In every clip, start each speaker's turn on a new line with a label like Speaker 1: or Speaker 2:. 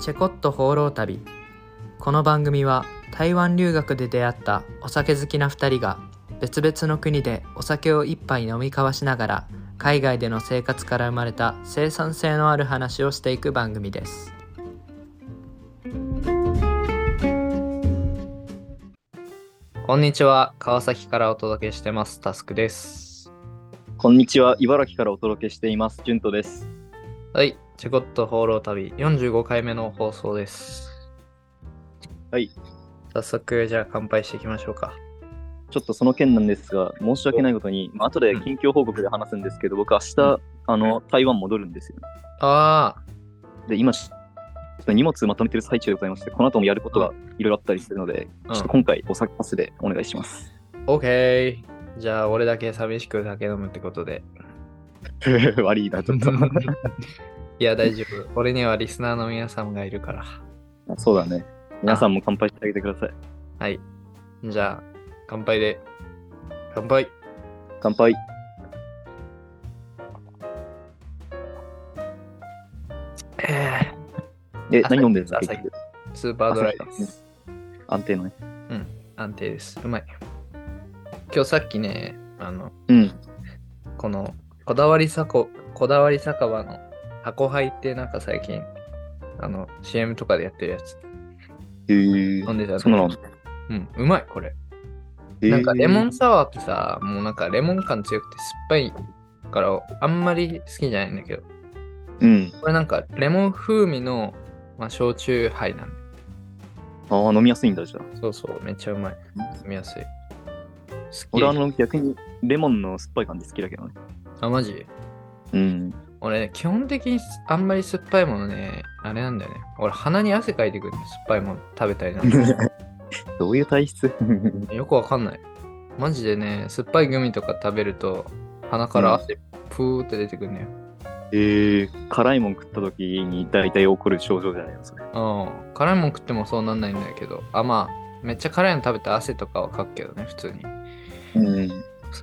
Speaker 1: チェコット放浪旅この番組は台湾留学で出会ったお酒好きな2人が別々の国でお酒を一杯飲み交わしながら海外での生活から生まれた生産性のある話をしていく番組ですこんにちは川崎からお届けしてますタスクです
Speaker 2: こんにちは、茨城からお届けしています、じゅんとです。
Speaker 1: はいチェコット放浪旅45回目の放送です
Speaker 2: はい、
Speaker 1: 早速じゃあ乾杯していきましょうか
Speaker 2: ちょっとその件なんですが、申し訳ないことに、まあ後で近況報告で話すんですけど、僕、明日、あの、台湾戻るんですよ。
Speaker 1: ああ
Speaker 2: で、今、ちょっと荷物まとめてる最中でございまして、この後もやることがいろいろあったりするので、
Speaker 1: うん
Speaker 2: ちょっと今回、お酒パスでお願い します。
Speaker 1: オッケー。じゃあ、俺だけ寂しく酒飲むってこと で。
Speaker 2: 悪いな、ちょっと。
Speaker 1: いや、大丈夫。俺にはリスナーの皆さんがいるから。
Speaker 2: そうだね。皆さんも乾杯してあげてください。
Speaker 1: はい。じゃあ、乾杯で。乾杯。
Speaker 2: 乾杯。
Speaker 1: えー
Speaker 2: え、何飲んでるんですか
Speaker 1: 朝日スーパードライです。
Speaker 2: す。安定のね。
Speaker 1: 安定です。うまい。今日さっきね、あの、
Speaker 2: うん。
Speaker 1: この、こだわりさこ、こだわり酒場の箱杯ってなんか最近、あの、CM とかでやってるやつ
Speaker 2: えー
Speaker 1: 飲んでた
Speaker 2: そうなの
Speaker 1: うん、うまい、これ。
Speaker 2: えー
Speaker 1: なんかレモンサワーってさ、もうなんかレモン感強くて酸っぱいからあんまり好きじゃないんだけど、
Speaker 2: うん。
Speaker 1: これなんかレモン風味の、まあ、焼酎ハイなんだ
Speaker 2: ああ、飲みやすいんだ、じゃあ。
Speaker 1: よそうそう、めっちゃうまい。飲みやすい。好き
Speaker 2: 俺あの逆にレモンの酸っぱい感じ好きだけどね。
Speaker 1: あ、マジ
Speaker 2: うん。
Speaker 1: 俺ね、基本的にあんまり酸っぱいものね、あれなんだよね。俺鼻に汗かいてくるの酸っぱいもの食べたりなんか
Speaker 2: どういう体 質
Speaker 1: よくわかんない。マジでね、酸っぱいグミとか食べると鼻から汗プーって出てくるんだよ。
Speaker 2: ええ辛いもん食った時に大体起こる症状じゃないのそれ。
Speaker 1: うん、辛いもん食ってもそうなんないんだけどあまあめっちゃ辛いの食べたら汗とかはかくけどね普通に
Speaker 2: うん。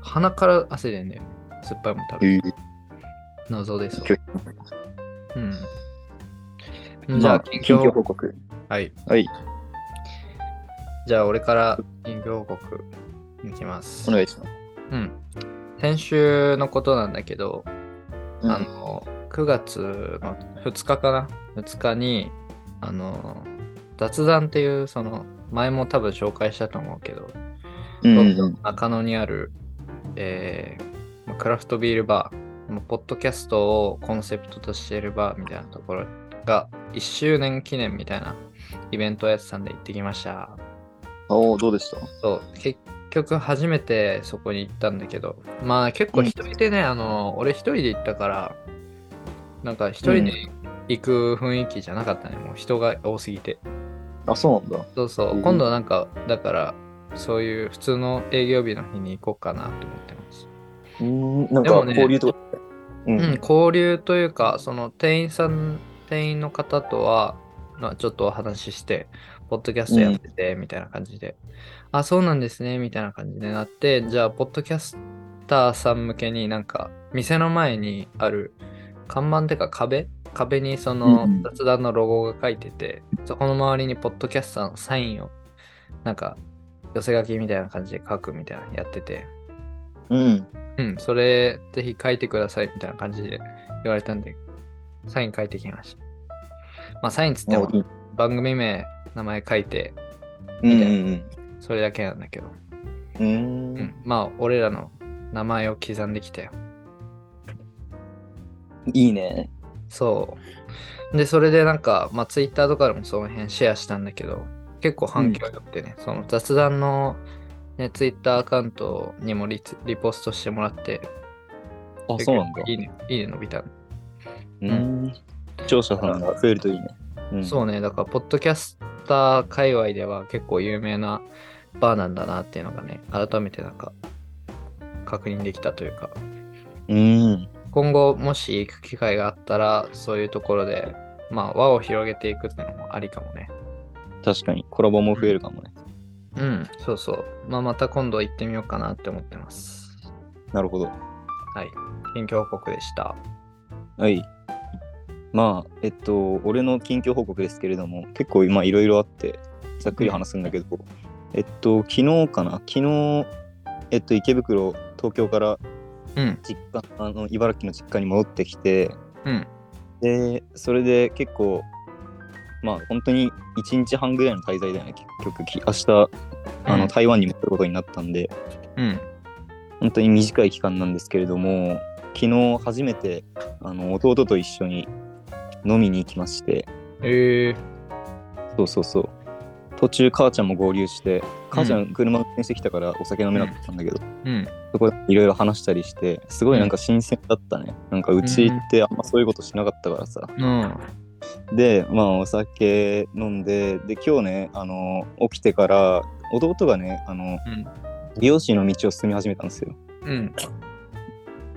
Speaker 1: 鼻から汗出んだよね酸っぱいもん食べる
Speaker 2: え
Speaker 1: 謎です
Speaker 2: え
Speaker 1: うんじゃあ近況
Speaker 2: 報告。
Speaker 1: はい
Speaker 2: はい、
Speaker 1: じゃあ俺から近況報告いきます
Speaker 2: お願いします。
Speaker 1: うん先週のことなんだけど、
Speaker 2: うん
Speaker 1: あの9月の2日かな2日にあの雑談っていうその前も多分紹介したと思うけど
Speaker 2: うん
Speaker 1: 東京の中野にある、えーまあクラフトビールバー、まあポッドキャストをコンセプトとしているバーみたいなところが1周年記念みたいなイベントをやってたんで行ってきました。
Speaker 2: おお、どうでした
Speaker 1: そう結局初めてそこに行ったんだけどまあ結構一人でね、あの俺一人で行ったからなんか一人で行く雰囲気じゃなかったね、もう人が多すぎて
Speaker 2: あ、そうなんだ。
Speaker 1: そうそう、
Speaker 2: うん
Speaker 1: 今度なんかだからそういう普通の営業日の日に行こうかなと思ってます、
Speaker 2: うん、なん
Speaker 1: でも
Speaker 2: か
Speaker 1: ね
Speaker 2: 交流とか。う
Speaker 1: うん、。交流というかその店員さん店員の方とは、まあ、ちょっとお話ししてポッドキャストやっててみたいな感じで、あそうなんですねみたいな感じになってじゃあポッドキャスターさん向けになんか店の前にある看板っていうか壁壁にその
Speaker 2: うんうん
Speaker 1: 雑談のロゴが書いてて、そこの周りにポッドキャスターのサインをなんか寄せ書きみたいな感じで書くみたいなのやってて
Speaker 2: うん。
Speaker 1: うん、それぜひ書いてくださいみたいな感じで言われたんで、サイン書いてきました。まあ、サインつっても
Speaker 2: うん
Speaker 1: 番組名、名前書いて、
Speaker 2: うん
Speaker 1: それだけなんだけど、
Speaker 2: うん。うん
Speaker 1: うん、まあ、俺らの名前を刻んできたよ。
Speaker 2: いいね。
Speaker 1: そう。で、それでなんか、まあ、ツイッターとかでもその辺シェアしたんだけど、結構反響があってね、その雑談の、ね、ツイッターアカウントにもリツリポストしてもらって、
Speaker 2: あ、そうなんだ。
Speaker 1: いいね、いいね伸びた
Speaker 2: うん。視聴者さんが増えるといいね。うん
Speaker 1: そうね、だから、ポッドキャスター界隈では結構有名なバーなんだなっていうのがね、改めてなんか、確認できたというか、
Speaker 2: うん。
Speaker 1: 今後もし行く機会があったら、そういうところで、まあ、輪を広げていくっていうのもありかもね。
Speaker 2: 確かに、コラボも増えるかもね。
Speaker 1: うん、そうそう。まあ、また今度行ってみようかなって思ってます。
Speaker 2: なるほど。
Speaker 1: はい。近況報告でした。
Speaker 2: はい。まあ、えっと、俺の近況報告ですけれども、結構今いろいろあって、ざっくり話すんだけど、えっと、昨日かな、昨日、えっと、池袋、東京から
Speaker 1: うん。
Speaker 2: 実家、あの茨城の実家に戻ってきて、
Speaker 1: うん。
Speaker 2: で、それで結構、まあ、本当に1日半ぐらいの滞在だよね、結局、き明日、あ
Speaker 1: う
Speaker 2: の
Speaker 1: ん
Speaker 2: 台湾に戻ることになったんで、
Speaker 1: うん。
Speaker 2: 本当に短い期間なんですけれども、昨日初めてあの弟と一緒に飲みに行きまして、
Speaker 1: ええ
Speaker 2: そうそうそう。途中、母ちゃんも合流して、母ちゃん車運転してきたからお酒飲めなかったんだけど、
Speaker 1: うん。
Speaker 2: そこでいろいろ話したりして、すごいなんか新鮮だったね。なんかうちってあんまそういうことしなかったからさ。
Speaker 1: うん。
Speaker 2: で、まあお酒飲んで、で、今日ね、あの、起きてから、弟がね、あの、
Speaker 1: うん
Speaker 2: 美容師の道を進み始めたんですよ。
Speaker 1: うん。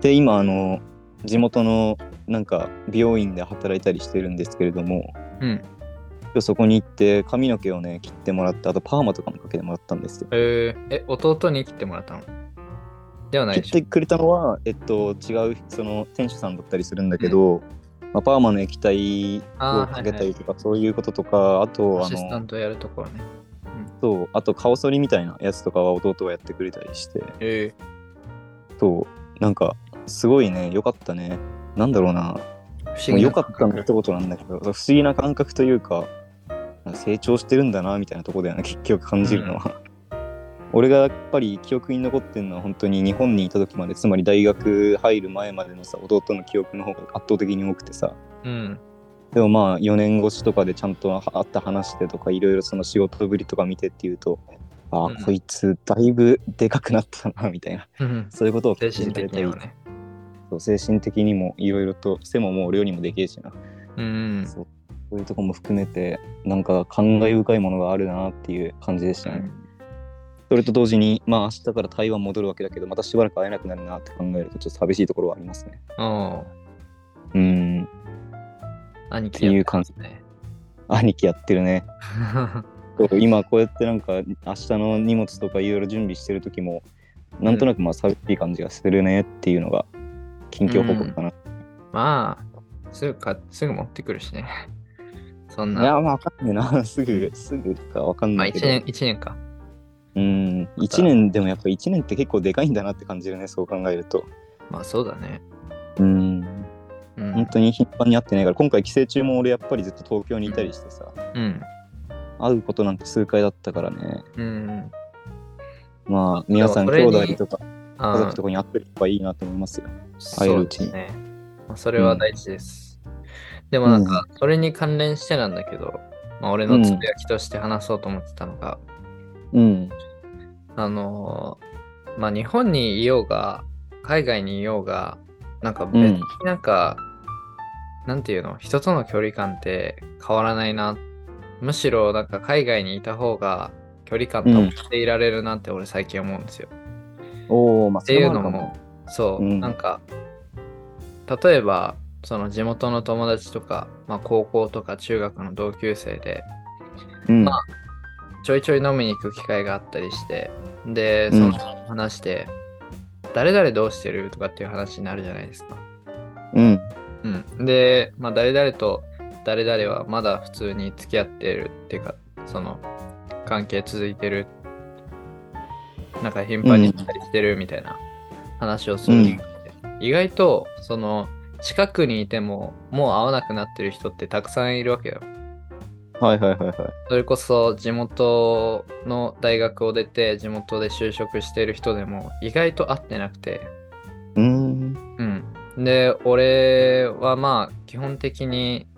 Speaker 2: で、今、あの、地元のなんか美容院で働いたりしてるんですけれども、
Speaker 1: うん。
Speaker 2: 今日そこに行って髪の毛をね、切ってもらって、あとパーマとかもかけてもらったんですよ。
Speaker 1: えー、え、弟に切ってもらったのではない
Speaker 2: 切っ
Speaker 1: でしょ
Speaker 2: て。くれたのは、えっと、違うその店主さんだったりするんだけど、まあ、パーマの液体を
Speaker 1: あー
Speaker 2: かけた
Speaker 1: はいは
Speaker 2: り
Speaker 1: い
Speaker 2: とか、そういうこととかあと
Speaker 1: ア
Speaker 2: あ
Speaker 1: シスタ
Speaker 2: の
Speaker 1: ントやるところね。
Speaker 2: そうあと顔剃りみたいなやつとかは弟がやってくれたりして
Speaker 1: え
Speaker 2: そうなんかすごいね良かったねなんだろうな
Speaker 1: え不思
Speaker 2: もう
Speaker 1: 議
Speaker 2: 良
Speaker 1: な
Speaker 2: か
Speaker 1: 感
Speaker 2: った
Speaker 1: 覚。
Speaker 2: の一言なんだけど不思議な感覚というか成長してるんだなみたいなとこだよね結局感じるのは、俺がやっぱり記憶に残ってるのは本当に日本にいた時までつまり大学入る前までのさ弟の記憶の方が圧倒的に多くてさ
Speaker 1: うん。
Speaker 2: でもまあ4年越しとかでちゃんと会って話してとかいろいろその仕事ぶりとか見てっていうとああ、
Speaker 1: うん
Speaker 2: こいつだいぶでかくなったなみたいな
Speaker 1: うん
Speaker 2: そういうことを
Speaker 1: 精
Speaker 2: 感じ
Speaker 1: 神
Speaker 2: ら
Speaker 1: 的
Speaker 2: れた
Speaker 1: に
Speaker 2: り
Speaker 1: はね。
Speaker 2: そう精神的にもいろいろと背ももう量にもできるしな
Speaker 1: うん。
Speaker 2: そうそういうとこも含めてなんか感慨深いものがあるなっていう感じでしたね、それと同時にまあ明日から台湾戻るわけだけどまたしばらく会えなくなるなって考えるとちょっと寂しいところはありますね
Speaker 1: おう
Speaker 2: うん
Speaker 1: 兄貴
Speaker 2: ていう感じ
Speaker 1: やってますね。
Speaker 2: 兄貴やってるねそう今こうやってなんか明日の荷物とかいろいろ準備してる時もなんとなくまあ寂しい感じがするねっていうのが近況報告かな、
Speaker 1: まあ、すぐか、すぐ持ってくるしね。 そん
Speaker 2: い
Speaker 1: な。
Speaker 2: やまあわかんないな すぐすぐかわかん
Speaker 1: まあ、
Speaker 2: ないけ
Speaker 1: 1
Speaker 2: ど、
Speaker 1: 年、一年か。
Speaker 2: うん1年でもやっぱ1年って結構でかいんだなって感じるねそう考えると
Speaker 1: まあ、そうだね。
Speaker 2: うん
Speaker 1: うん。
Speaker 2: 本当に頻繁に会ってないから今回帰省中も俺やっぱりずっと東京にいたりしてさ
Speaker 1: うん。
Speaker 2: 会うことなんて数回だったからね
Speaker 1: うん。
Speaker 2: まあ皆さん
Speaker 1: そ
Speaker 2: 兄
Speaker 1: れに
Speaker 2: 弟とか
Speaker 1: あ
Speaker 2: 家
Speaker 1: ー
Speaker 2: 族とかに会ってればいいなと思いますよ会え
Speaker 1: そ
Speaker 2: る
Speaker 1: う
Speaker 2: う
Speaker 1: で
Speaker 2: ち
Speaker 1: す
Speaker 2: に
Speaker 1: ね。まあそれは大事です。でもなんか、それに関連してなんだけど、まあ、俺のつぶやきとして話そうと思ってたのが、
Speaker 2: うん
Speaker 1: あのーまあ、日本にいようが、海外にいようが、なんか別になんか、なんていうの、人との距離感って変わらないな。むしろなんか海外にいた方が距離感保っていられるなって俺最近思うんですよ。
Speaker 2: おおま
Speaker 1: っ
Speaker 2: あそ
Speaker 1: ていう
Speaker 2: れ
Speaker 1: の
Speaker 2: あるか
Speaker 1: もそう、
Speaker 2: うん
Speaker 1: なんか例えばその地元の友達とか、まあ、高校とか中学の同級生で
Speaker 2: うん
Speaker 1: まあちょいちょい飲みに行く機会があったりしてでその
Speaker 2: うん
Speaker 1: 話して、誰々どうしてるとかっていう話になるじゃないですか、
Speaker 2: うん
Speaker 1: うん、で、まあ、誰々と誰々はまだ普通に付き合ってるっていうかその関係続いてるなんか頻繁に行ったりしてるみたいな話をする、
Speaker 2: うん
Speaker 1: 意外とその近くにいてももう会わなくなってる人ってたくさんいるわけよ
Speaker 2: はいはいはいはい
Speaker 1: それこそ地元の大学を出て地元で就職してる人でも意外と会ってなくて
Speaker 2: うーん
Speaker 1: うん。で、俺はまあ、基本的に、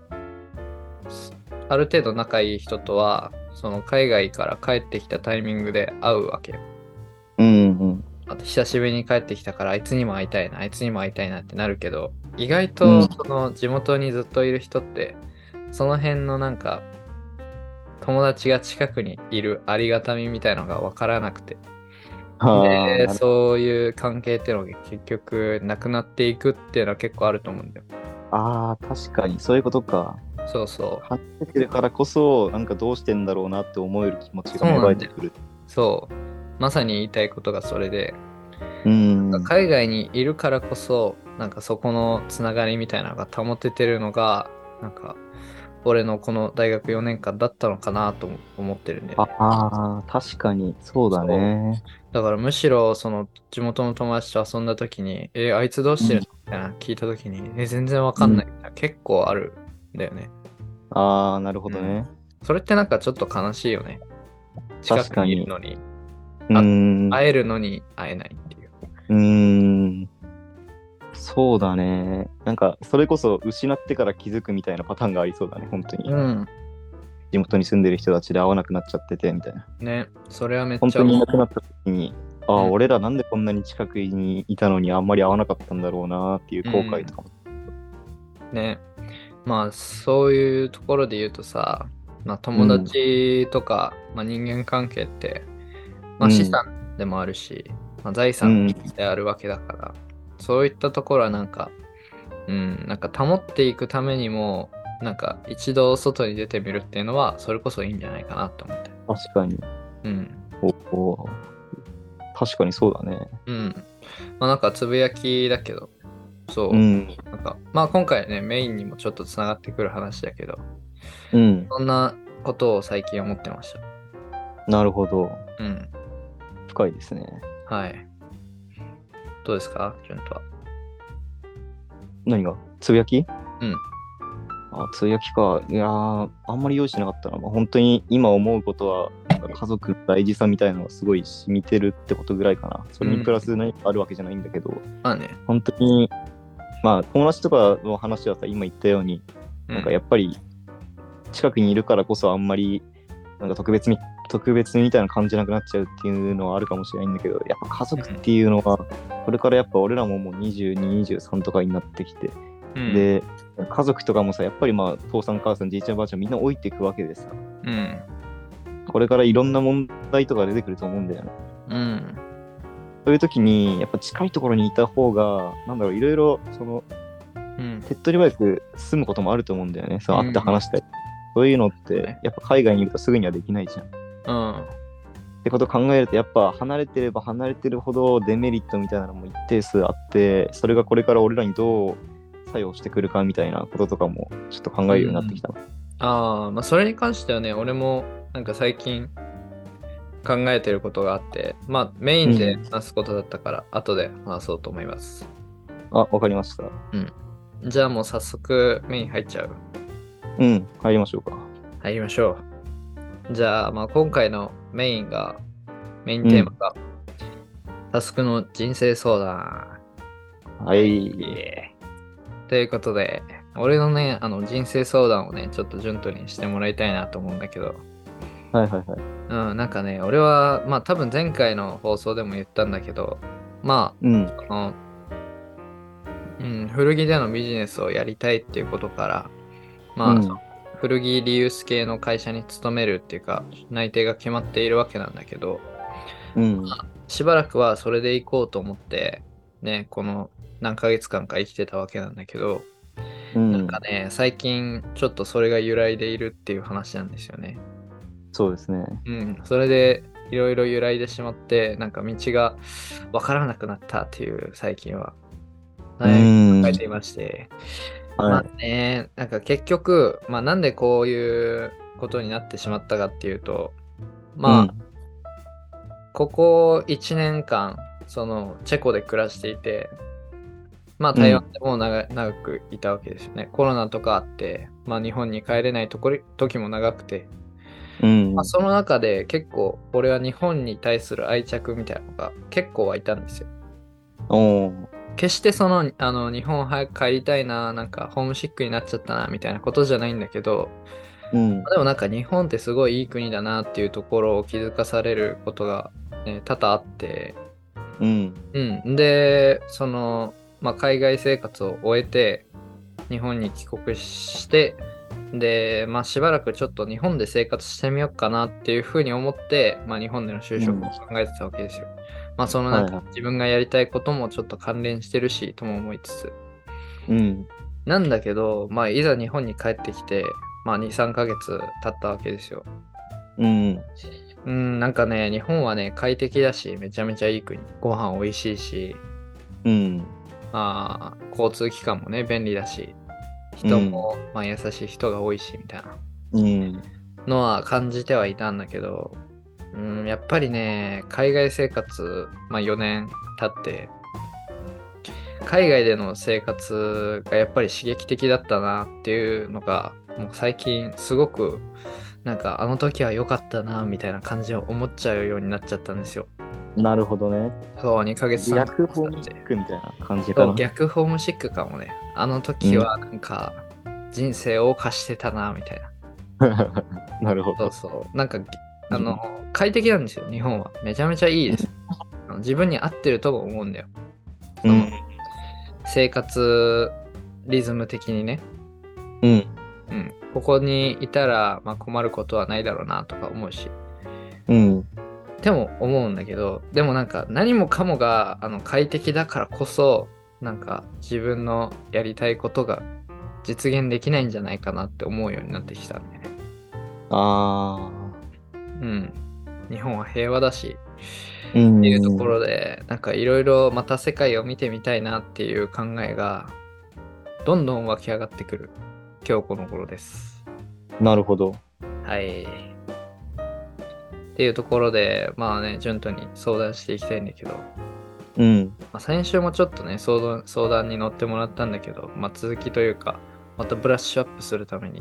Speaker 1: すある程度仲いい人とは、その海外から帰ってきたタイミングで会うわけよ。
Speaker 2: うんうん
Speaker 1: あと、久しぶりに帰ってきたから、あいつにも会いたいな、あいつにも会いたいなってなるけど、意外
Speaker 2: う
Speaker 1: と、
Speaker 2: ん
Speaker 1: その地元にずっといる人って、その辺のなんか、友達が近くにいるありがたみみたいのが分からなくて。
Speaker 2: は
Speaker 1: で
Speaker 2: あ
Speaker 1: そういう関係っていうのが結局なくなっていくっていうのは結構あると思うんだよ。
Speaker 2: あー確かにそういうことか
Speaker 1: そうそ
Speaker 2: 話してるからこそなんかどうしてんだろうなって思える気持ちが芽生えてくる
Speaker 1: うそうまさに言いたいことがそれで、
Speaker 2: うん
Speaker 1: 海外にいるからこそなんかそこのつながりみたいなのが保ててるのがなんか、俺のこの大学4年間だったのかなと思ってるんで、ね、
Speaker 2: ああ、確かに、そうだね。
Speaker 1: だからむしろ、その地元の友達と遊んだ時に、えあいつどうしてるのみたいな聞いた時に、え全然わかんないみたいな、結構あるんだよね。
Speaker 2: ああ、なるほどね。
Speaker 1: それってなんかちょっと悲しいよね。近
Speaker 2: 確
Speaker 1: く
Speaker 2: か
Speaker 1: に
Speaker 2: に
Speaker 1: いるのに、
Speaker 2: うーん。う
Speaker 1: 会えるのに会えないっていう。
Speaker 2: ーん。そうだね。なんか、それこそ失ってから気づくみたいなパターンがありそうだね、本当に。
Speaker 1: うん。
Speaker 2: 地元に住んでる人たちで会わなくなっちゃってて、みたいな。
Speaker 1: ね、それはめっ
Speaker 2: 本
Speaker 1: ちゃ
Speaker 2: 当
Speaker 1: 思
Speaker 2: にいうなくなった時に、ああ、
Speaker 1: うん
Speaker 2: 俺らなんでこんなに近くにいたのにあんまり会わなかったんだろうなっていう後悔とかも。
Speaker 1: ね。まあそういうところで言うとさ、まあ、友達とか、まあ、人間関係って、ま
Speaker 2: う
Speaker 1: あ、
Speaker 2: ん
Speaker 1: 資産でもあるし、まあ、財産であるわけだから、そういったところはなんか、うん、なんか保っていくためにもなんか一度外に出てみるっていうのはそれこそいいんじゃないかなと思って。
Speaker 2: 確かに。
Speaker 1: うん
Speaker 2: おお確かにそうだね。
Speaker 1: うん。まあなんかつぶやきだけど、そう、
Speaker 2: うん。
Speaker 1: なんか、まあ今回ね、メインにもちょっとつながってくる話だけど、
Speaker 2: うん。
Speaker 1: そんなことを最近思ってました。
Speaker 2: なるほど。
Speaker 1: うん。
Speaker 2: 深いですね。
Speaker 1: はい。どうですか、ジュンとは。
Speaker 2: 何がつぶやき
Speaker 1: うん。
Speaker 2: あつぶやきか。いやー、あんまり用意しなかったな。まあ、本当に今思うことは、家族の大事さみたいなのがすごい染みてるってことぐらいかな。それにプラス何かあるわけじゃないんだけど、
Speaker 1: まあね。
Speaker 2: 本当に、まあ、友達とかの話はさ、今言ったように、
Speaker 1: う
Speaker 2: なんかやっぱり、近くにいるからこそあんまり、なんか特別み、特別みたいなの感じなくなっちゃうっていうのはあるかもしれないんだけど、やっぱ家族っていうのは、これからやっぱ俺らももう22、23とかになってきて、
Speaker 1: うん、
Speaker 2: で家族とかもさやっぱりまあ父さん母さんじいちゃんばあちゃんみんな老いていくわけでさ
Speaker 1: うん。
Speaker 2: これからいろんな問題とか出てくると思うんだよね
Speaker 1: うん。
Speaker 2: そういう時にやっぱ近いところにいた方がなんだろういろいろその
Speaker 1: うん。
Speaker 2: 手っ取り早く済むこともあると思うんだよねそ
Speaker 1: う
Speaker 2: う
Speaker 1: ん
Speaker 2: 会って話したり、そういうのっ
Speaker 1: そう
Speaker 2: て
Speaker 1: ね
Speaker 2: やっぱ海外にいるとすぐにはできないじゃんっ
Speaker 1: うん。
Speaker 2: てことを考えるとやっぱ離れてれば離れてるほどデメリットみたいなのも一定数あってそれがこれから俺らにどう作用してくるかみたいなこととかもちょっと考えるようになってきた、
Speaker 1: ああ、まあそれに関してはね、俺もなんか最近考えてることがあって、まあメインで話すことだったから、後で話そうと思います。
Speaker 2: あわかりました
Speaker 1: じゃあもう早速メイン入っちゃう。
Speaker 2: うん、入りましょうか。
Speaker 1: 入りましょう。じゃあ、まあ、今回のメインが、メインテーマが、タスクの人生相談。
Speaker 2: はい。
Speaker 1: ということで、俺のね、あの人生相談をね、ちょっと順当にしてもらいたいなと思うんだけど、
Speaker 2: はいはいはい。
Speaker 1: うん、なんかね、俺は、まあ多分前回の放送でも言ったんだけど、ま
Speaker 2: うん。
Speaker 1: あ、あの、うん、古着でのビジネスをやりたいっていうことから、まあ、
Speaker 2: うん
Speaker 1: その古着リユース系の会社に勤めるっていうか、内定が決まっているわけなんだけど、
Speaker 2: うん。
Speaker 1: しばらくはそれで行こうと思って、ね、この何ヶ月間か生きてたわけなんだけど、
Speaker 2: うん
Speaker 1: なんかね、最近ちょっとそれが揺らいでいるっていう話なんですよね。
Speaker 2: そうですね。
Speaker 1: うん、それでいろいろ揺らいでしまって、なんか道がわからなくなったっていう最近は悩み
Speaker 2: ん
Speaker 1: を抱
Speaker 2: は
Speaker 1: え
Speaker 2: い
Speaker 1: ていまして、ま
Speaker 2: は
Speaker 1: あね、なんか結局、まあなんでこういうことになってしまったかっていうと、まあ、ここ1年間そのチェコで暮らしていてまあ台湾でも長,、長くいたわけですよねコロナとかあって、まあ、日本に帰れないところ時も長くて、
Speaker 2: うん。
Speaker 1: まあ、その中で結構俺は日本に対する愛着みたいなのが結構湧いたんですよ
Speaker 2: おー
Speaker 1: 決してそのあの日本早く帰りたいななんかホームシックになっちゃったなみたいなことじゃないんだけど
Speaker 2: うん。
Speaker 1: でもなんか日本ってすごいいい国だなっていうところを気づかされることが、ね、多々あって
Speaker 2: うん。
Speaker 1: うん、でその、まあ、海外生活を終えて日本に帰国してで、まあ、しばらくちょっと日本で生活してみようかなっていうふうに思って、まあ、日本での就職を考えてたわけですよ。まあそのなん
Speaker 2: は
Speaker 1: か
Speaker 2: い
Speaker 1: 自分がやりたいこともちょっと関連してるしとも思いつつ
Speaker 2: うん。
Speaker 1: なんだけど、まあ、いざ日本に帰ってきて、まあ、23ヶ月経ったわけですよ。
Speaker 2: うん。
Speaker 1: うんなんかね日本はね快適だしめちゃめちゃいい国ご飯美味しいし
Speaker 2: うん。
Speaker 1: まあ、交通機関もね、便利だし、人も、まあ優しい人が多いしみたいな
Speaker 2: うん。
Speaker 1: のは感じてはいたんだけど、うん、やっぱりね海外生活、まあ、4年経って海外での生活がやっぱり刺激的だったなっていうのがもう最近すごくなんかあの時は良かったなみたいな感じを思っちゃうようになっちゃったんですよ。
Speaker 2: なるほどね。
Speaker 1: そう2ヶ月3ヶ
Speaker 2: 逆
Speaker 1: 月
Speaker 2: フォー
Speaker 1: 経っ
Speaker 2: ムチ
Speaker 1: て
Speaker 2: ックみたいな感じか
Speaker 1: そう
Speaker 2: な。
Speaker 1: 逆ホームシックかもね。あの時はなんか人生を貸してたなみたいな。
Speaker 2: なるほ
Speaker 1: そう
Speaker 2: ど。
Speaker 1: そう。なんか、あの、快適なんですよ、日本は。めちゃめちゃいいです。あの自分に合ってるとも思うんだよ。
Speaker 2: う
Speaker 1: うんん。生活リズム的にね。
Speaker 2: うん。
Speaker 1: うん。ここにいたら、まあ、困ることはないだろうなとか思うし。
Speaker 2: うん。
Speaker 1: でも思うんだけど、でもなんか何もかもがあの快適だからこそ、なんか自分のやりたいことが実現できないんじゃないかなって思うようになってきたんでね。
Speaker 2: あ
Speaker 1: うん。日本は平和だし、
Speaker 2: あ。うん。
Speaker 1: っていうところで、なんかいろいろまた世界を見てみたいなっていう考えがどんどん湧き上がってくる今日この頃です。
Speaker 2: なるほど。
Speaker 1: はい。っていうところで、まあね、順当に相談していきたいんだけど、ま
Speaker 2: うん。
Speaker 1: あ、先週もちょっとね相談、相談に乗ってもらったんだけど、まあ、続きというか、またブラッシュアップするために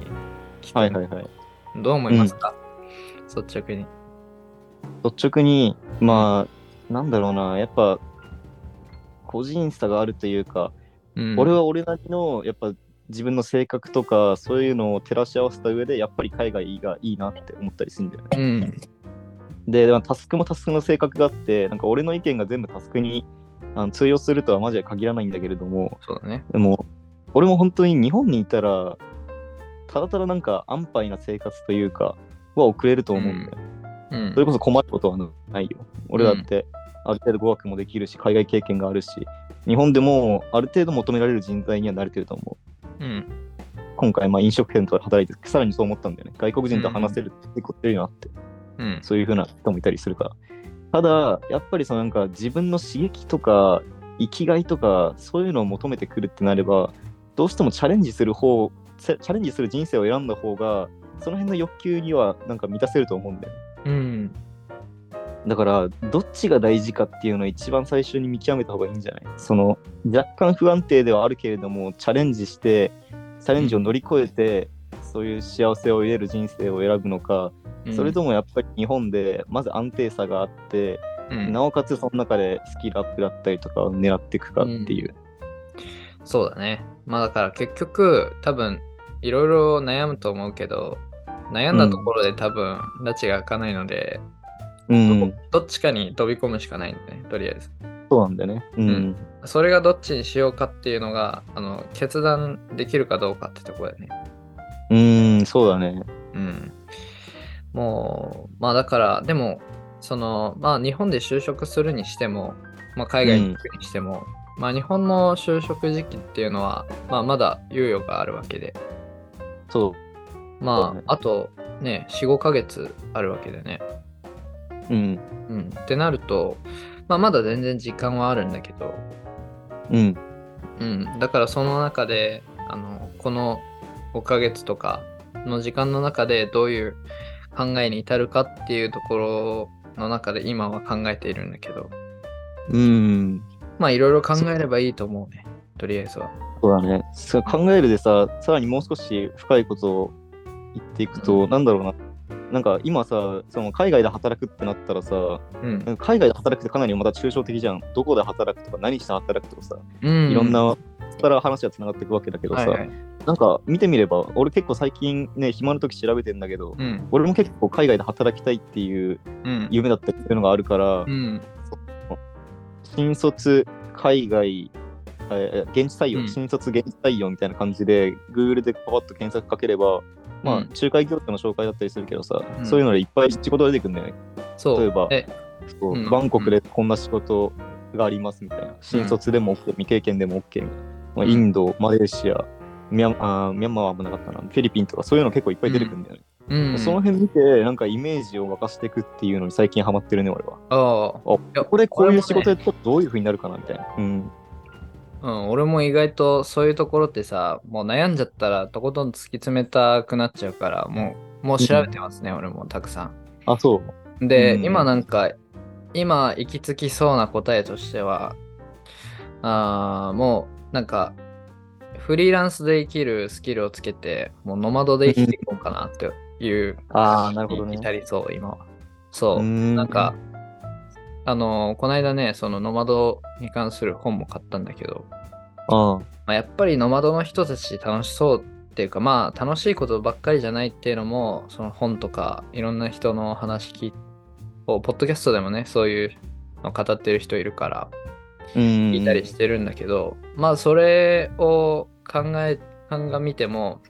Speaker 1: 聞く
Speaker 2: はいはいはい。
Speaker 1: どう思いますか、率直に。
Speaker 2: 率直に、まあ、なんだろうな、やっぱ、個人差があるというか、
Speaker 1: うん
Speaker 2: 俺は俺なりの、やっぱ、自分の性格とか、そういうのを照らし合わせた上で、やっぱり海外がいいなって思ったりするんだよね。
Speaker 1: うん、
Speaker 2: で、まあタスクもタスクの性格があって、なんか俺の意見が全部タスクにあの通用するとはマジで限らないんだけれども、
Speaker 1: そうだね。
Speaker 2: でも、俺も本当に日本にいたら、ただただなんか安泰な生活というか、は送れると思うんだよ。
Speaker 1: うん
Speaker 2: それこそ困ることはないよ。俺だって、ある程度語学もできるし、海外経験があるし、日本でもある程度求められる人材には慣れてると思う。
Speaker 1: うん、
Speaker 2: 今回、まあ飲食店とかで働いて、さらにそう思ったんだよね。外国人と話せるってことよなって、
Speaker 1: うん、
Speaker 2: そういうふうな人もいたりするから。ただ、やっぱりそのなんか自分の刺激とか、生きがいとか、そういうのを求めてくるってなれば、どうしてもチャレンジする方、チャチャレンジする人生を選んだ方が、その辺の欲求にはなんか満たせると思うんだよね。
Speaker 1: うん、
Speaker 2: だからどっちが大事かっていうのを一番最初に見極めた方がいいんじゃないその若干不安定ではあるけれどもチャレンジしてチャレンジを乗り越えて、そういう幸せを得れる人生を選ぶのか、
Speaker 1: うん
Speaker 2: それともやっぱり日本でまず安定さがあって、
Speaker 1: うん
Speaker 2: なおかつその中でスキルアップだったりとかを狙っていくかっていう。
Speaker 1: そうだね。まあだから結局多分いろいろ悩むと思うけど悩んだところで多分拉致が開かないので、
Speaker 2: うん、
Speaker 1: どっちかに飛び込むしかないんだねとりあえず。
Speaker 2: そうなんだよね。うん、
Speaker 1: うんそれがどっちにしようかっていうのがあの決断できるかどうかってところだよね。
Speaker 2: うん、そうだね。
Speaker 1: うん。もうまあだからでもそのまあ日本で就職するにしても、まあ、海外に行くにしても、まあ日本の就職時期っていうのは、まあ、まだ猶予があるわけで。
Speaker 2: そ
Speaker 1: ま
Speaker 2: そ
Speaker 1: あ、
Speaker 2: うね
Speaker 1: あとね、4、5ヶ月あるわけでね。
Speaker 2: う。うん、
Speaker 1: うん。ってなると、まあ、まだ全然時間はあるんだけど、
Speaker 2: うん、
Speaker 1: うん。だからその中で、あの、この5ヶ月とかの時間の中でどういう考えに至るかっていうところの中で今は考えているんだけど、
Speaker 2: うん。
Speaker 1: まあ、いろいろ考えればいいと思うね。とりあえずは。
Speaker 2: そうだね。そう考えるでさ、さらにもう少し深いことを言っていくと、
Speaker 1: うん
Speaker 2: なんだろうな。なんか今さ、その海外で働くってなったらさ、
Speaker 1: うん。
Speaker 2: なんか海外で働くってかなりまた抽象的じゃん。どこで働くとか、何して働くとかさ、
Speaker 1: うん
Speaker 2: いろんな、から話がつながっていくわけだけど
Speaker 1: はい
Speaker 2: さ、
Speaker 1: はい。
Speaker 2: なんか見てみれば、俺結構最近ね、暇の時調べてんだけど、
Speaker 1: うん。
Speaker 2: 俺も結構海外で働きたいっていう
Speaker 1: うん。
Speaker 2: 夢だったりっていうのがあるから、
Speaker 1: うん。
Speaker 2: 新卒海外えー現地採用、
Speaker 1: うん
Speaker 2: 新卒現地採用みたいな感じで Google でパパッと検索かければ、まあ
Speaker 1: うん
Speaker 2: 仲介業者の紹介だったりするけどさ、
Speaker 1: うん
Speaker 2: そういうのでいっぱい仕事が出てくるんだよね、
Speaker 1: そう。
Speaker 2: 例えば
Speaker 1: え、
Speaker 2: そう
Speaker 1: うん
Speaker 2: バンコクでこんな仕事がありますみたいな新卒でも OK 未経験でも OK みたいな、まあ、
Speaker 1: うん
Speaker 2: インドマレーシアミャンあーミャンマーは危なかったなフィリピンとかそういうの結構いっぱい出てくるんだよね、
Speaker 1: うん。
Speaker 2: その辺見てなんかイメージを沸かしていくっていうのに最近ハマってるね俺は
Speaker 1: ああ。
Speaker 2: あ
Speaker 1: いや
Speaker 2: これこういう仕
Speaker 1: 俺もね
Speaker 2: 事やったらどういうふうになるかなみたいな、うん
Speaker 1: ううん、俺も意外とそういうところってさ、もう悩んじゃったらとことん突き詰めたくなっちゃうから、もう、もう調べてますね、俺もたくさ。
Speaker 2: あ、そうん
Speaker 1: で、
Speaker 2: うん
Speaker 1: 今なんか、今行き着きそうな答えとしては、あーもうなんか、フリーランスで生きるスキルをつけて、もうノマドで生きていこうかなっていう、
Speaker 2: あーなるほどね
Speaker 1: 至りそう、今は。そう。
Speaker 2: な
Speaker 1: なんか、、あの、この間ね、そのノマドに関する本も買ったんだけど、
Speaker 2: あ
Speaker 1: まあ、やっぱりノマドの人たち楽しそうっていうかまあ楽しいことばっかりじゃないっていうのもその本とかいろんな人の話聞をポッドキャストでもねそういうの語ってる人いるから
Speaker 2: 聞
Speaker 1: 聞いたりしてるんだけど、まあそれを考え鑑みても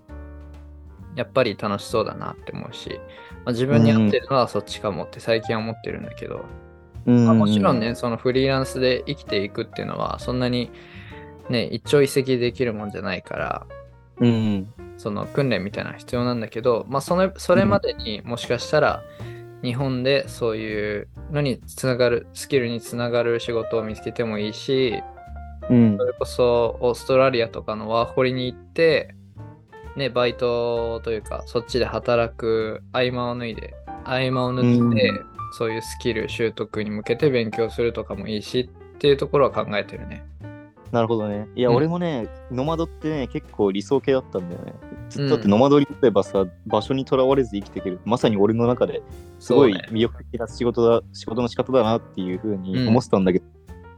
Speaker 1: やっぱり楽しそうだなって思うし、まあ、自分に合ってるのはそっちかもって最近は思ってるんだけど、まあ、もちろん。ね、そのフリーランスで生きていくっていうのは、そんなに、ね、一朝一夕できるもんじゃないから、
Speaker 2: うんうん。
Speaker 1: その訓練みたいなの必要なんだけど、まあ、そのそれまでにもしかしたら、日本でそういうのにつながる、スキルにつながる仕事を見つけてもいいし、
Speaker 2: うん
Speaker 1: それこそオーストラリアとかのワーホリに行って、ね、バイトというか、そっちで働く合間を脱いで、合間を縫って、
Speaker 2: うん
Speaker 1: そういうスキル習得に向けて勉強するとかもいいしっていうところは考えてるね。
Speaker 2: なるほどね。いや、
Speaker 1: うん
Speaker 2: 俺もね、ノマドってね、結構理想系だったんだよね。ず
Speaker 1: う
Speaker 2: っ
Speaker 1: ん
Speaker 2: とだってノマドに例えばさ、場所にとらわれず生きていける。まさに俺の中ですごい
Speaker 1: そうね
Speaker 2: 魅力的な仕事だ、仕事の仕方だなっていうふう
Speaker 1: うん
Speaker 2: に思ってたんだけど、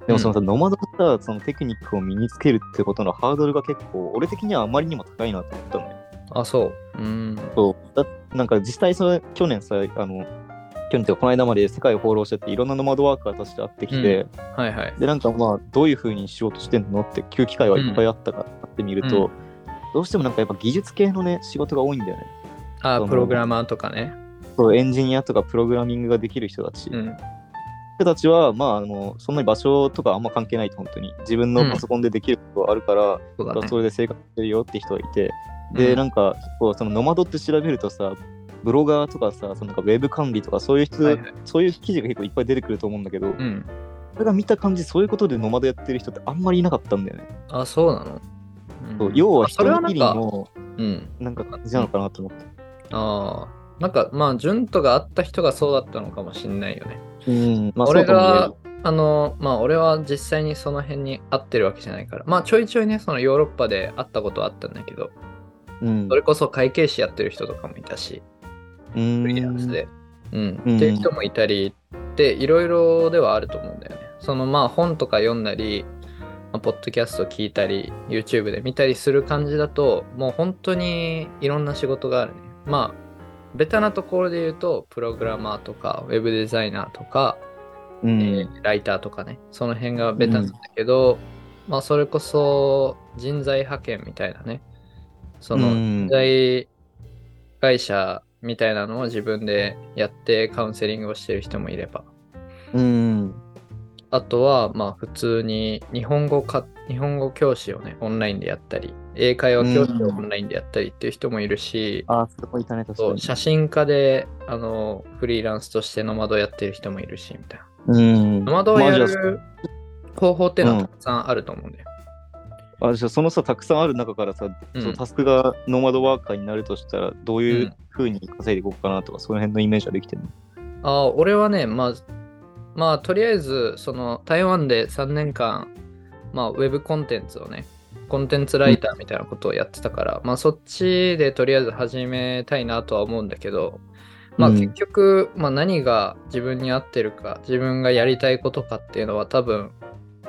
Speaker 2: でもそのさ、ノマドのさ、そのテクニックを身につけるってことのハードルが結構、俺的にはあまりにも高いなと思ったのよ。
Speaker 1: あ、そう。うん。
Speaker 2: そうだなんか実際それ去年さあの去年というかこの間まで世界を放浪してていろんなノマドワーカーたちと会ってきて、
Speaker 1: はいはい。
Speaker 2: でなんかまあどういうふうに仕事してんのって聞う機会はいっぱいあったからってみると、
Speaker 1: うん
Speaker 2: どうしてもなんかやっぱ技術系のね仕事が多いんだよね
Speaker 1: あ
Speaker 2: そ、の
Speaker 1: プログラマーとかね。
Speaker 2: そうエンジニアとかプログラミングができる人たち、
Speaker 1: うん。
Speaker 2: 人たちはまああのそんなに場所とかあんま関係ないと本当に自分のパソコンでできることがあるから、
Speaker 1: そうだね。
Speaker 2: それで生活してるよって人がいて、で、
Speaker 1: うん
Speaker 2: なんか、こうそのノマドって調べるとさ、ブロガーとかさ、そのなんかウェブ管理とかそういう人、
Speaker 1: はいはい
Speaker 2: そういう記事が結構いっぱい出てくると思うんだけど、
Speaker 1: うん。
Speaker 2: それが見た感じ、そういうことでノマドやってる人ってあんまりいなかったんだよね。
Speaker 1: あ、そうなの。うん
Speaker 2: そう要は
Speaker 1: あそ
Speaker 2: 人
Speaker 1: れは
Speaker 2: の
Speaker 1: な
Speaker 2: き
Speaker 1: ん
Speaker 2: り
Speaker 1: か、
Speaker 2: の
Speaker 1: うん。
Speaker 2: なんか感じなのかなと思って。
Speaker 1: ああ。なんか、まあ、順とがあった人がそうだったのかもしんないよね。
Speaker 2: うん、まあ
Speaker 1: 俺
Speaker 2: そ
Speaker 1: が
Speaker 2: うかも
Speaker 1: あのまあ俺は実際にその辺に合ってるわけじゃないからまあちょいちょいねそのヨーロッパで会ったことはあったんだけど
Speaker 2: うん
Speaker 1: それこそ会計士やってる人とかもいたし
Speaker 2: うん
Speaker 1: フリーランスでうん、
Speaker 2: うん
Speaker 1: っていう人もいたりっていろいろではあると思うんだよねそのまあ本とか読んだりまあポッドキャスト聞いたり YouTube で見たりする感じだともう本当にいろんな仕事があるねまあベタなところで言うとプログラマーとかウェブデザイナーとか
Speaker 2: うん
Speaker 1: えーライターとかねその辺がベタなんだけど、まあそれこそ人材派遣みたいなねその
Speaker 2: うん
Speaker 1: 人材会社みたいなのを自分でやってカウンセリングをしてる人もいれば
Speaker 2: うん
Speaker 1: あとはまあ普通に日本語か日本語教師をねオンラインでやったり英会話教師をオンラインでやったりっていう人もいるし、
Speaker 2: ああ、そこいたね、確
Speaker 1: そ
Speaker 2: か
Speaker 1: う
Speaker 2: に。
Speaker 1: 写真家であのフリーランスとしてノマドやってる人もいるしみたいな。
Speaker 2: うん。
Speaker 1: ノマドをや
Speaker 2: まあじゃ
Speaker 1: る方法っていうのはたくさんあると思うんだよ。
Speaker 2: ああじゃあそのさ、たくさんある中からさ、
Speaker 1: うん
Speaker 2: そのタスクがノマドワーカーになるとしたら、どうい
Speaker 1: ん
Speaker 2: うふうに稼いでいこうかなとか、その辺のイメージはできてるの
Speaker 1: ああ俺はね、まあ、まあ、とりあえず、その台湾で3年間、まあ、ウェブコンテンツをね、コンテンツライターみたいなことをやってたから、まあ、そっちでとりあえず始めたいなとは思うんだけど、まあ、
Speaker 2: うん
Speaker 1: 結局、まあ、何が自分に合ってるか、自分がやりたいことかっていうのは多分、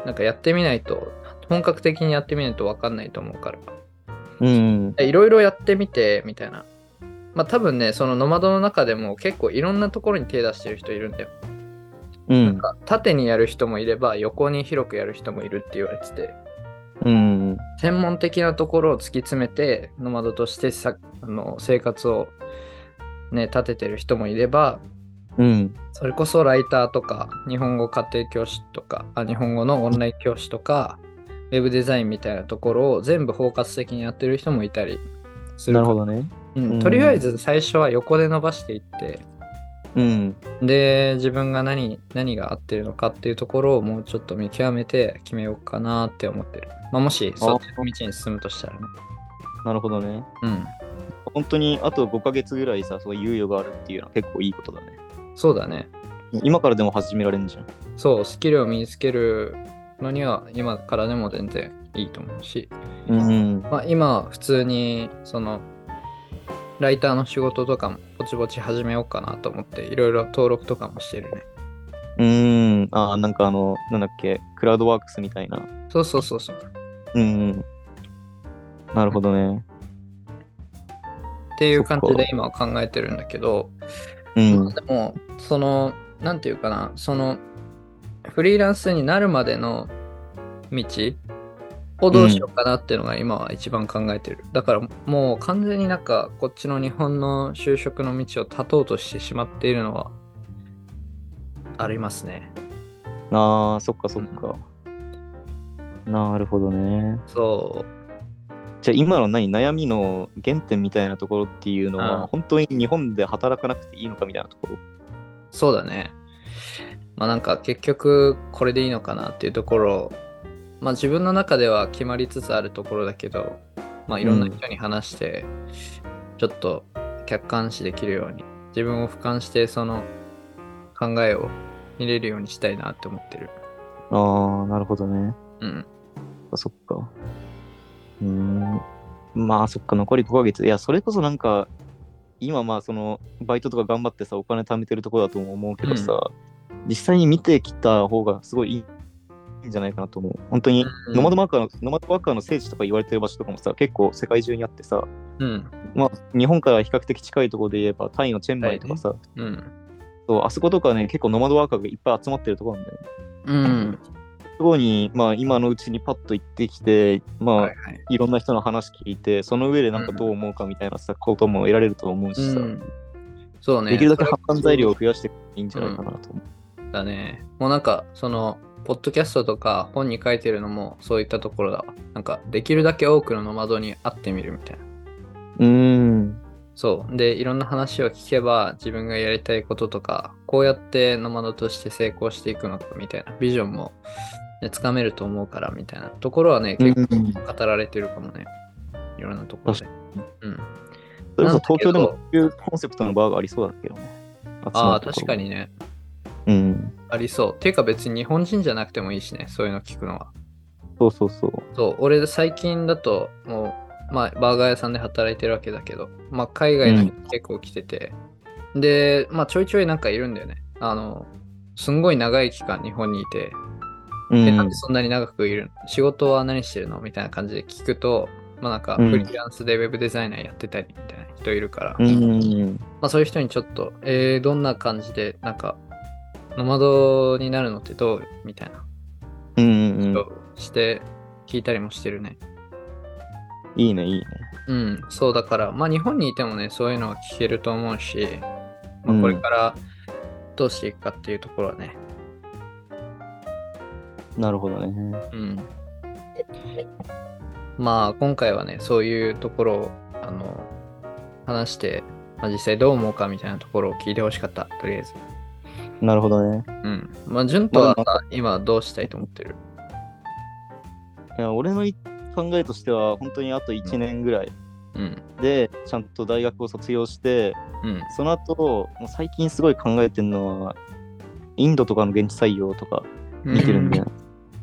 Speaker 1: なんかやってみないと、本格的にやってみないと分かんないと思うから。
Speaker 2: うん。
Speaker 1: いろいろやってみてみたいな。まあ多分ね、そのノマドの中でも結構いろんなところに手出してる人いるんだよ。
Speaker 2: う
Speaker 1: なん
Speaker 2: ん。
Speaker 1: か縦にやる人もいれば横に広くやる人もいるって言われてて、
Speaker 2: うん。
Speaker 1: 専門的なところを突き詰めてノマドとしてさあの生活をね、立ててる人もいれば、
Speaker 2: うん。
Speaker 1: それこそライターとか、日本語家庭教師とか、あ日本語のオンライン教師とか、ウェブデザインみたいなところを全部包括的にやってる人もいたりする
Speaker 2: な
Speaker 1: から
Speaker 2: るほどね。
Speaker 1: うん
Speaker 2: うん
Speaker 1: とりあえず最初は横で伸ばしていって、
Speaker 2: うん。
Speaker 1: で、自分が何、何が合ってるのかっていうところをもうちょっと見極めて決めようかなって思ってる。まあ、もし、そっちの道に進むとしたらね。
Speaker 2: なるほどね。
Speaker 1: うん。
Speaker 2: 本当にあと5ヶ月ぐらいさ、そういう猶予があるっていうのは結構いいことだね。
Speaker 1: そうだね。
Speaker 2: 今からでも始められるじゃん。
Speaker 1: そう、スキルを身につけるのには今からでも全然いいと思うし、
Speaker 2: うん。
Speaker 1: まあ、今、普通に、その、ライターの仕事とかもぼちぼち始めようかなと思って、いろいろ登録とかもしてるね。
Speaker 2: うん。ああ、なんかあの、なんだっけ、クラウドワークスみたいな。
Speaker 1: そうそうそうそう。
Speaker 2: うんうん。なるほどね。
Speaker 1: っていう感じ
Speaker 2: そっ
Speaker 1: で
Speaker 2: か
Speaker 1: 今は考えてるんだけど、
Speaker 2: う
Speaker 1: まあ。でも、その、なんていうかな、その、フリーランスになるまでの道をどうしようかなっていうのが今は一番考えてる。だからもう完全になんかこっちの日本の就職の道を断とうとしてしまっているのはありますね。
Speaker 2: ああ、そっかそっか。なるほどね。
Speaker 1: そ
Speaker 2: じゃあ今の何悩みの原点みたいなところっていうの
Speaker 1: うん
Speaker 2: は、本当に日本で働かなくていいのかみたいなところ。
Speaker 1: う、そうだね。まあなんか結局これでいいのかなっていうところ、まあ自分の中では決まりつつあるところだけど、まあいろんな人に話して、ちょっと客観視できるように、自分を俯瞰してその考えを見れるようにしたいなって思ってる。
Speaker 2: ああ、なるほどね。
Speaker 1: うん。
Speaker 2: そっか。うーん。まあそっか、残り5ヶ月。いや、それこそなんか、今まあその、バイトとか頑張ってさ、お金貯めてるところだとも思うけどさ、実際に見てきた方がすごいいい。んじゃないかなと思う本当に
Speaker 1: うん
Speaker 2: ノマドワーカーの、ノマドワーカーの聖地とか言われてる場所とかもさ、結構世界中にあってさ、
Speaker 1: うん。
Speaker 2: まあ、日本から比較的近いところで言えば、タイのチェンマイとかさ、
Speaker 1: うん。
Speaker 2: そうあそことかね、結構ノマドワーカーがいっぱい集まってるところなんだよね。
Speaker 1: うん。
Speaker 2: そこに、まあ、今のうちにパッと行ってきて、まあ、
Speaker 1: はい
Speaker 2: い、
Speaker 1: はい。
Speaker 2: ろんな人の話聞いて、その上でなんかどう思うかみたいなさ、ことも得られると思う
Speaker 1: う
Speaker 2: しさ、
Speaker 1: ん。そうね。
Speaker 2: できるだけ発散材料を増やしていくといいんじゃないかなと思う。
Speaker 1: だね。もうなんか、その、ポッドキャストとか本に書いてるのもそういったところだわ。なんか、できるだけ多くのノマドに会ってみるみたいな。
Speaker 2: うーん。
Speaker 1: そう。で、いろんな話を聞けば、自分がやりたいこととか、こうやってノマドとして成功していくのかみたいな、ビジョンも、ね、つかめると思うからみたいなところはね、
Speaker 2: うん
Speaker 1: 結構語られてるかもね。いろんなところで。うん。
Speaker 2: それこそ東京
Speaker 1: な
Speaker 2: で
Speaker 1: ん
Speaker 2: も
Speaker 1: だ、
Speaker 2: そういうコンセプトのバーがありそうだけどね。
Speaker 1: ああ、確か
Speaker 2: に。
Speaker 1: にね。
Speaker 2: うん。
Speaker 1: ありそう。ていうか別に日本人じゃなくてもいいしね、そういうの聞くのは。
Speaker 2: そうそうそう。
Speaker 1: そう、俺最近だと、もう、まあ、バーガー屋さんで働いてるわけだけど、まあ、海外の人結構来てて、で、まあ、ちょいちょいなんかいるんだよね。あの、すんごい長い期間日本にいて、
Speaker 2: う
Speaker 1: で、なん
Speaker 2: ん
Speaker 1: で。そんなに長くいるの仕事は何してるのみたいな感じで聞くと、まあ、なんか、
Speaker 2: うん
Speaker 1: フリーランスでウェブデザイナーやってたりみたいな人いるから、
Speaker 2: うん。
Speaker 1: まあ、そういう人にちょっと、えー、どんな感じで、なんか、ノマドになるのってどうみたいな、
Speaker 2: うんうんうん。
Speaker 1: して聞いたりもしてるね。
Speaker 2: いいね、いいね。
Speaker 1: うん、そうだから、まあ日本にいてもね、そういうのは聞けると思うし、まあ、
Speaker 2: うん
Speaker 1: これからどうしていくかっていうところはね、
Speaker 2: なるほどね。
Speaker 1: うん。まあ今回はね、そういうところを、あの、話して、まあ、実際どう思うかみたいなところを聞いてほしかった、とりあえず。
Speaker 2: なるほどね。
Speaker 1: うん。まあ、順とは
Speaker 2: ま
Speaker 1: さ今どうしたいと思ってる。
Speaker 2: いや俺のい考えとしては、本当にあと1年ぐらい
Speaker 1: うん。
Speaker 2: で、ちゃんと大学を卒業して、
Speaker 1: うん。
Speaker 2: その後、もう最近すごい考えてるのは、インドとかの現地採用とか見てるんで、
Speaker 1: う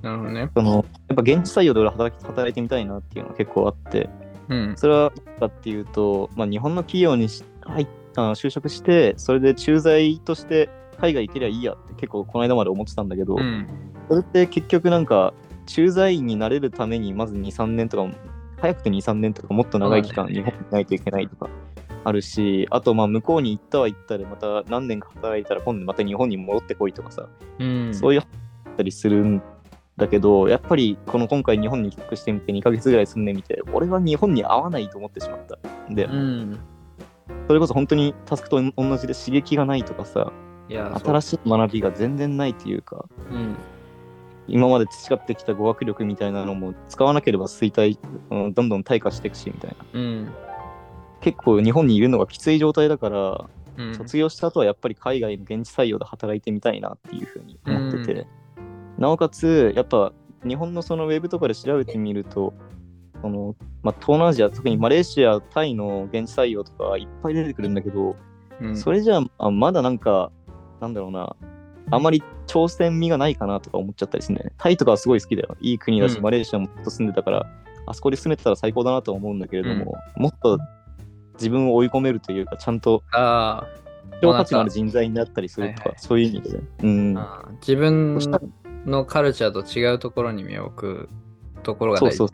Speaker 1: なるほどね。
Speaker 2: そのやっぱ現地採用で俺働き働いてみたいなっていうのが結構あって、
Speaker 1: うん。
Speaker 2: それは何かっていうと、まあ、日本の企業にし入っあの就職して、それで駐在として海外行けりゃいいやって結構この間まで思ってたんだけど、
Speaker 1: うん。
Speaker 2: それって結局なんか駐在員になれるためにまず23年とか早くて23年とかもっと長い期間
Speaker 1: そうだ
Speaker 2: 日
Speaker 1: ね
Speaker 2: 本にいないといけないとかあるしあとまあ向こうに行ったは行ったでまた何年か働いたら今度また日本に戻ってこいとかさ、
Speaker 1: うん。
Speaker 2: そういうあったりするんだけどやっぱりこの今回日本に帰国してみて2ヶ月ぐらい住んでみて俺は日本に合わないと思ってしまったで
Speaker 1: うん。
Speaker 2: それこそ本当にタスクと同じで刺激がないとかさ
Speaker 1: いや、
Speaker 2: 新しい学びが全然ないというか
Speaker 1: そう。うん。
Speaker 2: 今まで培ってきた語学力みたいなのも使わなければ衰退、うん、どんどん退化していくしみたいな
Speaker 1: うん。
Speaker 2: 結構日本にいるのがきつい状態だから
Speaker 1: うん
Speaker 2: 卒業した後はやっぱり海外の現地採用で働いてみたいなっていうふうに思ってて、なおかつやっぱ日本のそのウェブとかで調べてみるとその、まあ、東南アジア特にマレーシアタイの現地採用とかいっぱい出てくるんだけど、
Speaker 1: うん
Speaker 2: それじゃあまだなんかなんだろうなあまり挑戦味がないかなとか思っちゃったりするんだよねタイとかはすごい好きだよいい国だし、
Speaker 1: うん
Speaker 2: マレーシアもずっと住んでたからあそこで住めてたら最高だなとは思うんだけれども、もっと自分を追い込めるというかちゃんと
Speaker 1: あー
Speaker 2: 超価値のある人材になったりすると
Speaker 1: はい
Speaker 2: か、
Speaker 1: はい
Speaker 2: そういう意味で、ね。うん。
Speaker 1: あー自分
Speaker 2: そしたら
Speaker 1: のカルチャーと違うところに身を置くところが
Speaker 2: そう
Speaker 1: 大事
Speaker 2: そう。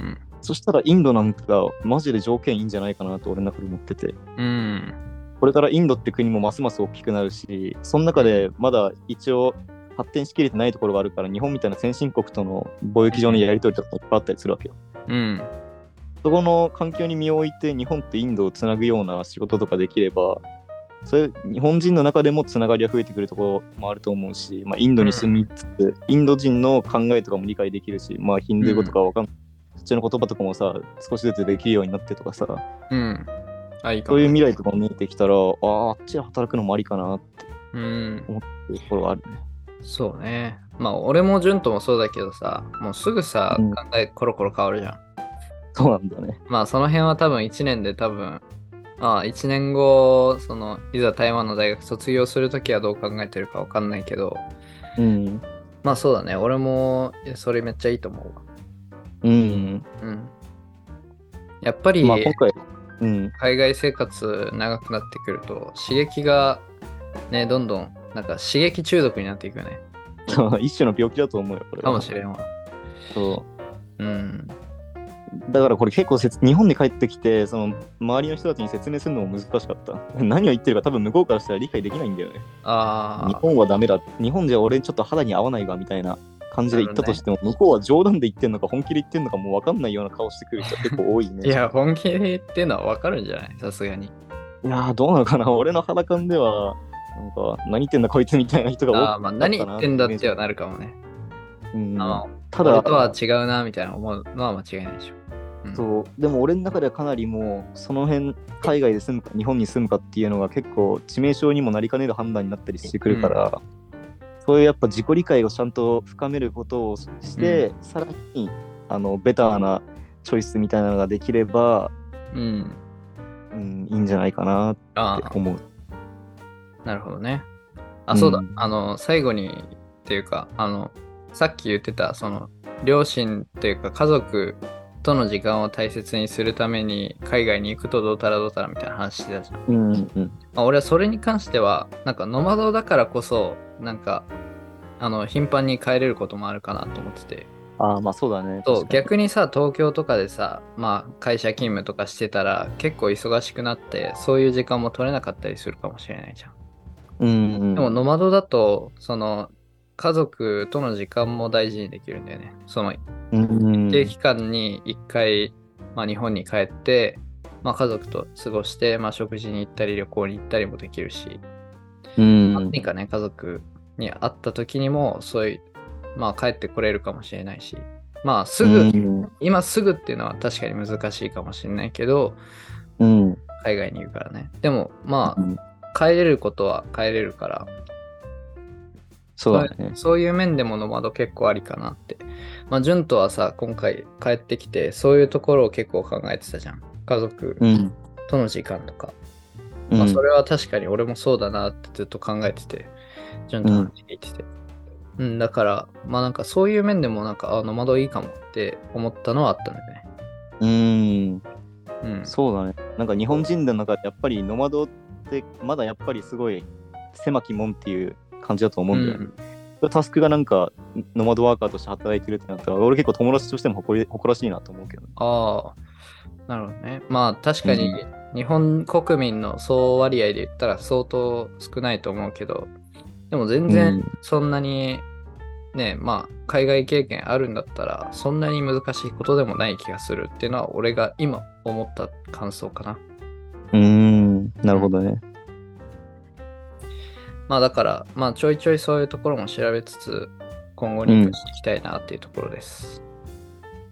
Speaker 1: うん
Speaker 2: そしたらインドなんかマジで条件いいんじゃないかなと俺の中で思ってて
Speaker 1: うん
Speaker 2: これからインドって国もますます大きくなるしその中でまだ一応発展しきれてないところがあるから日本みたいな先進国との貿易上のやり取りとかもいっぱいあったりするわけよ
Speaker 1: うん
Speaker 2: そこの環境に身を置いて日本とインドをつなぐような仕事とかできればそれ日本人の中でもつながりが増えてくるところもあると思うし、まあ、インドに住みつつ、インド人の考えとかも理解できるし、まあ、ヒンドゥー語とかわかんない、そっちの言葉とかもさ少しずつできるようになってとかさ
Speaker 1: うんあいいか
Speaker 2: そ
Speaker 1: も
Speaker 2: ういう未来とかも見えてきたらあーあっちで働くのもありかなって
Speaker 1: うん
Speaker 2: いうところがあるね。
Speaker 1: そうねまあ俺も潤ともそうだけどさもうすぐさ
Speaker 2: うん
Speaker 1: 考えコロコロ変わるじゃん、
Speaker 2: そうなんだよね。
Speaker 1: まあその辺は多分1年で多分ああ1年後そのいざ台湾の大学卒業するときはどう考えてるかわかんないけど
Speaker 2: うん。
Speaker 1: まあそうだね俺もいやそれめっちゃいいと思うわ
Speaker 2: うん。
Speaker 1: うんやっぱり、
Speaker 2: まあ今回、うん。
Speaker 1: 海外生活長くなってくると刺激がねどんどんなんか刺激中毒になっていくよね
Speaker 2: 一種の病気だと思うよ、これは。
Speaker 1: かもしれんわ
Speaker 2: そう
Speaker 1: うん
Speaker 2: だからこれ結構せつ日本に帰ってきてその周りの人たちに説明するのも難しかった 何を言ってるか多分向こうからしたら理解できないんだよね日
Speaker 1: ああ
Speaker 2: 本はダメだ日本じゃ俺ちょっと肌に合わないわみたいな感じで言ったとしても、向こうは冗談で言ってんのか本気で言ってんのかもう分かんないような顔してく る人結構多いね
Speaker 1: いや本気で言ってんのはわかるんじゃないさすがに
Speaker 2: いやーどうなのかな俺の肌感ではなんか何言ってんだこいつみたいな人が多
Speaker 1: あ
Speaker 2: か
Speaker 1: あ
Speaker 2: った
Speaker 1: まあ
Speaker 2: な
Speaker 1: 何言ってんだっては
Speaker 2: な、
Speaker 1: なるかもね
Speaker 2: うん
Speaker 1: あの
Speaker 2: た
Speaker 1: 俺
Speaker 2: だ
Speaker 1: とは違うなみたいな思うのは間違いないでしょうん
Speaker 2: そうでも俺の中ではかなりもうその辺海外で住むか日本に住むかっていうのが結構致命傷にもなりかねる判断になったりしてくるから、そういうやっぱ自己理解をちゃんと深めることをして、さらにあのベターなチョイスみたいなのができれば、
Speaker 1: うん
Speaker 2: うん、いいんじゃないかなって
Speaker 1: ああ
Speaker 2: 思う。
Speaker 1: なるほどね。あ、
Speaker 2: うん
Speaker 1: そうだ。あの、最後にっていうか、あの、さっき言ってた、その、両親っていうか、家族との時間を大切にするために、海外に行くとどうたらどうたらみたいな話してたじゃん。
Speaker 2: うんうん
Speaker 1: まあ、俺はそれに関しては、なんか、ノマドだからこそ、なんか、あの、頻繁に帰れることもあるかなと思ってて。
Speaker 2: ああまあそうだね。
Speaker 1: そう
Speaker 2: 確かに
Speaker 1: 逆にさ東京とかでさ、まあ、会社勤務とかしてたら結構忙しくなってそういう時間も取れなかったりするかもしれないじゃん。
Speaker 2: うんうん、
Speaker 1: でもノマドだとその家族との時間も大事にできるんだよね。その
Speaker 2: うんうん
Speaker 1: 定期間に1回、まあ、日本に帰って、まあ、家族と過ごして、まあ、食事に行ったり旅行に行ったりもできるし、
Speaker 2: うんうん
Speaker 1: 何かね家族に会った時にもそういう、まあ、帰ってこれるかもしれないしまあすぐ、
Speaker 2: うん
Speaker 1: 今すぐっていうのは確かに難しいかもしれないけど
Speaker 2: うん
Speaker 1: 海外にいるからねでもま
Speaker 2: うん
Speaker 1: あ帰れることは帰れるから
Speaker 2: そうだね。
Speaker 1: そういう面でもノマド結構ありかなって。まあ、潤とはさ、今回帰ってきて、そういうところを結構考えてたじゃん。家族
Speaker 2: うん
Speaker 1: との時間とか。
Speaker 2: うん
Speaker 1: まあ、それは確かに俺もそうだなってずっと考えてて、潤と話聞いてて。うん、だから、まあなんかそういう面でもなんか、あ、ノマドいいかもって思ったのはあったんだよね。
Speaker 2: うん
Speaker 1: うん。
Speaker 2: そうだね。なんか日本人の中でやっぱりノマドってまだやっぱりすごい狭き門っていう感じだと思うんだよね。タスクがなんかノマドワーカーとして働いてるってなったら俺結構友達としても誇り誇らしいなと思うけどね。
Speaker 1: ああ、なるほどね。まあ確かに
Speaker 2: う
Speaker 1: 日本国民の総割合で言ったら相当少ないと思うけど、でも全
Speaker 2: う
Speaker 1: 然
Speaker 2: ん
Speaker 1: そんなに、ね、まあ海外経験あるんだったらそんなに難しいことでもない気がするっていうのは俺が今思った感想かな。
Speaker 2: うーん、なるほどね。
Speaker 1: まあだから、まあちょいちょいそういうところも調べつつ、今後に生かしていきたいなっていうところです。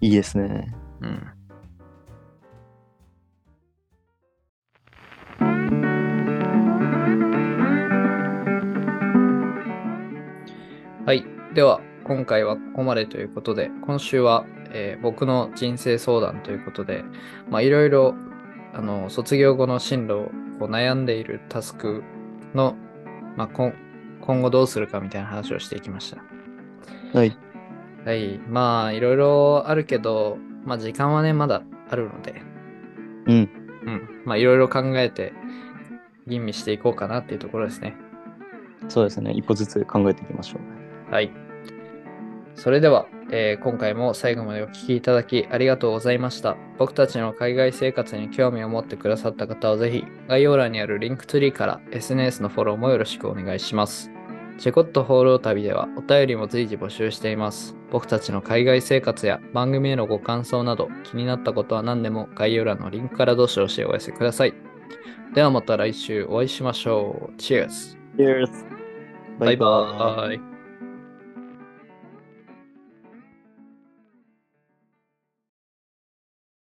Speaker 2: いいですね。
Speaker 1: うん
Speaker 3: 「
Speaker 1: はい。では、今回はここまでということで、今週は、えー僕の人生相談ということで、まあ、いろいろ、あの、卒業後の進路をこう悩んでいるタスクの、まあ、今今後どうするかみたいな話をしていきました。
Speaker 2: はい。
Speaker 1: はい。まあ、いろいろあるけど、まあ、時間はね、まだあるので、
Speaker 2: うん。
Speaker 1: うん。まあ、いろいろ考えて、吟味していこうかなっていうところですね。
Speaker 2: そうですね。一歩ずつ考えていきましょう。
Speaker 1: はい。それでは、えー今回も最後までお聞きいただきありがとうございました。僕たちの海外生活に興味を持ってくださった方はぜひ概要欄にあるリンクツリーから SNS のフォローもよろしくお願いします。チェコット放浪旅ではお便りも随時募集しています。僕たちの海外生活や番組へのご感想など気になったことは何でも概要欄のリンクからどしどしお寄せください。ではまた来週お会いしましょう。Cheers!
Speaker 2: バ
Speaker 1: バイバーイ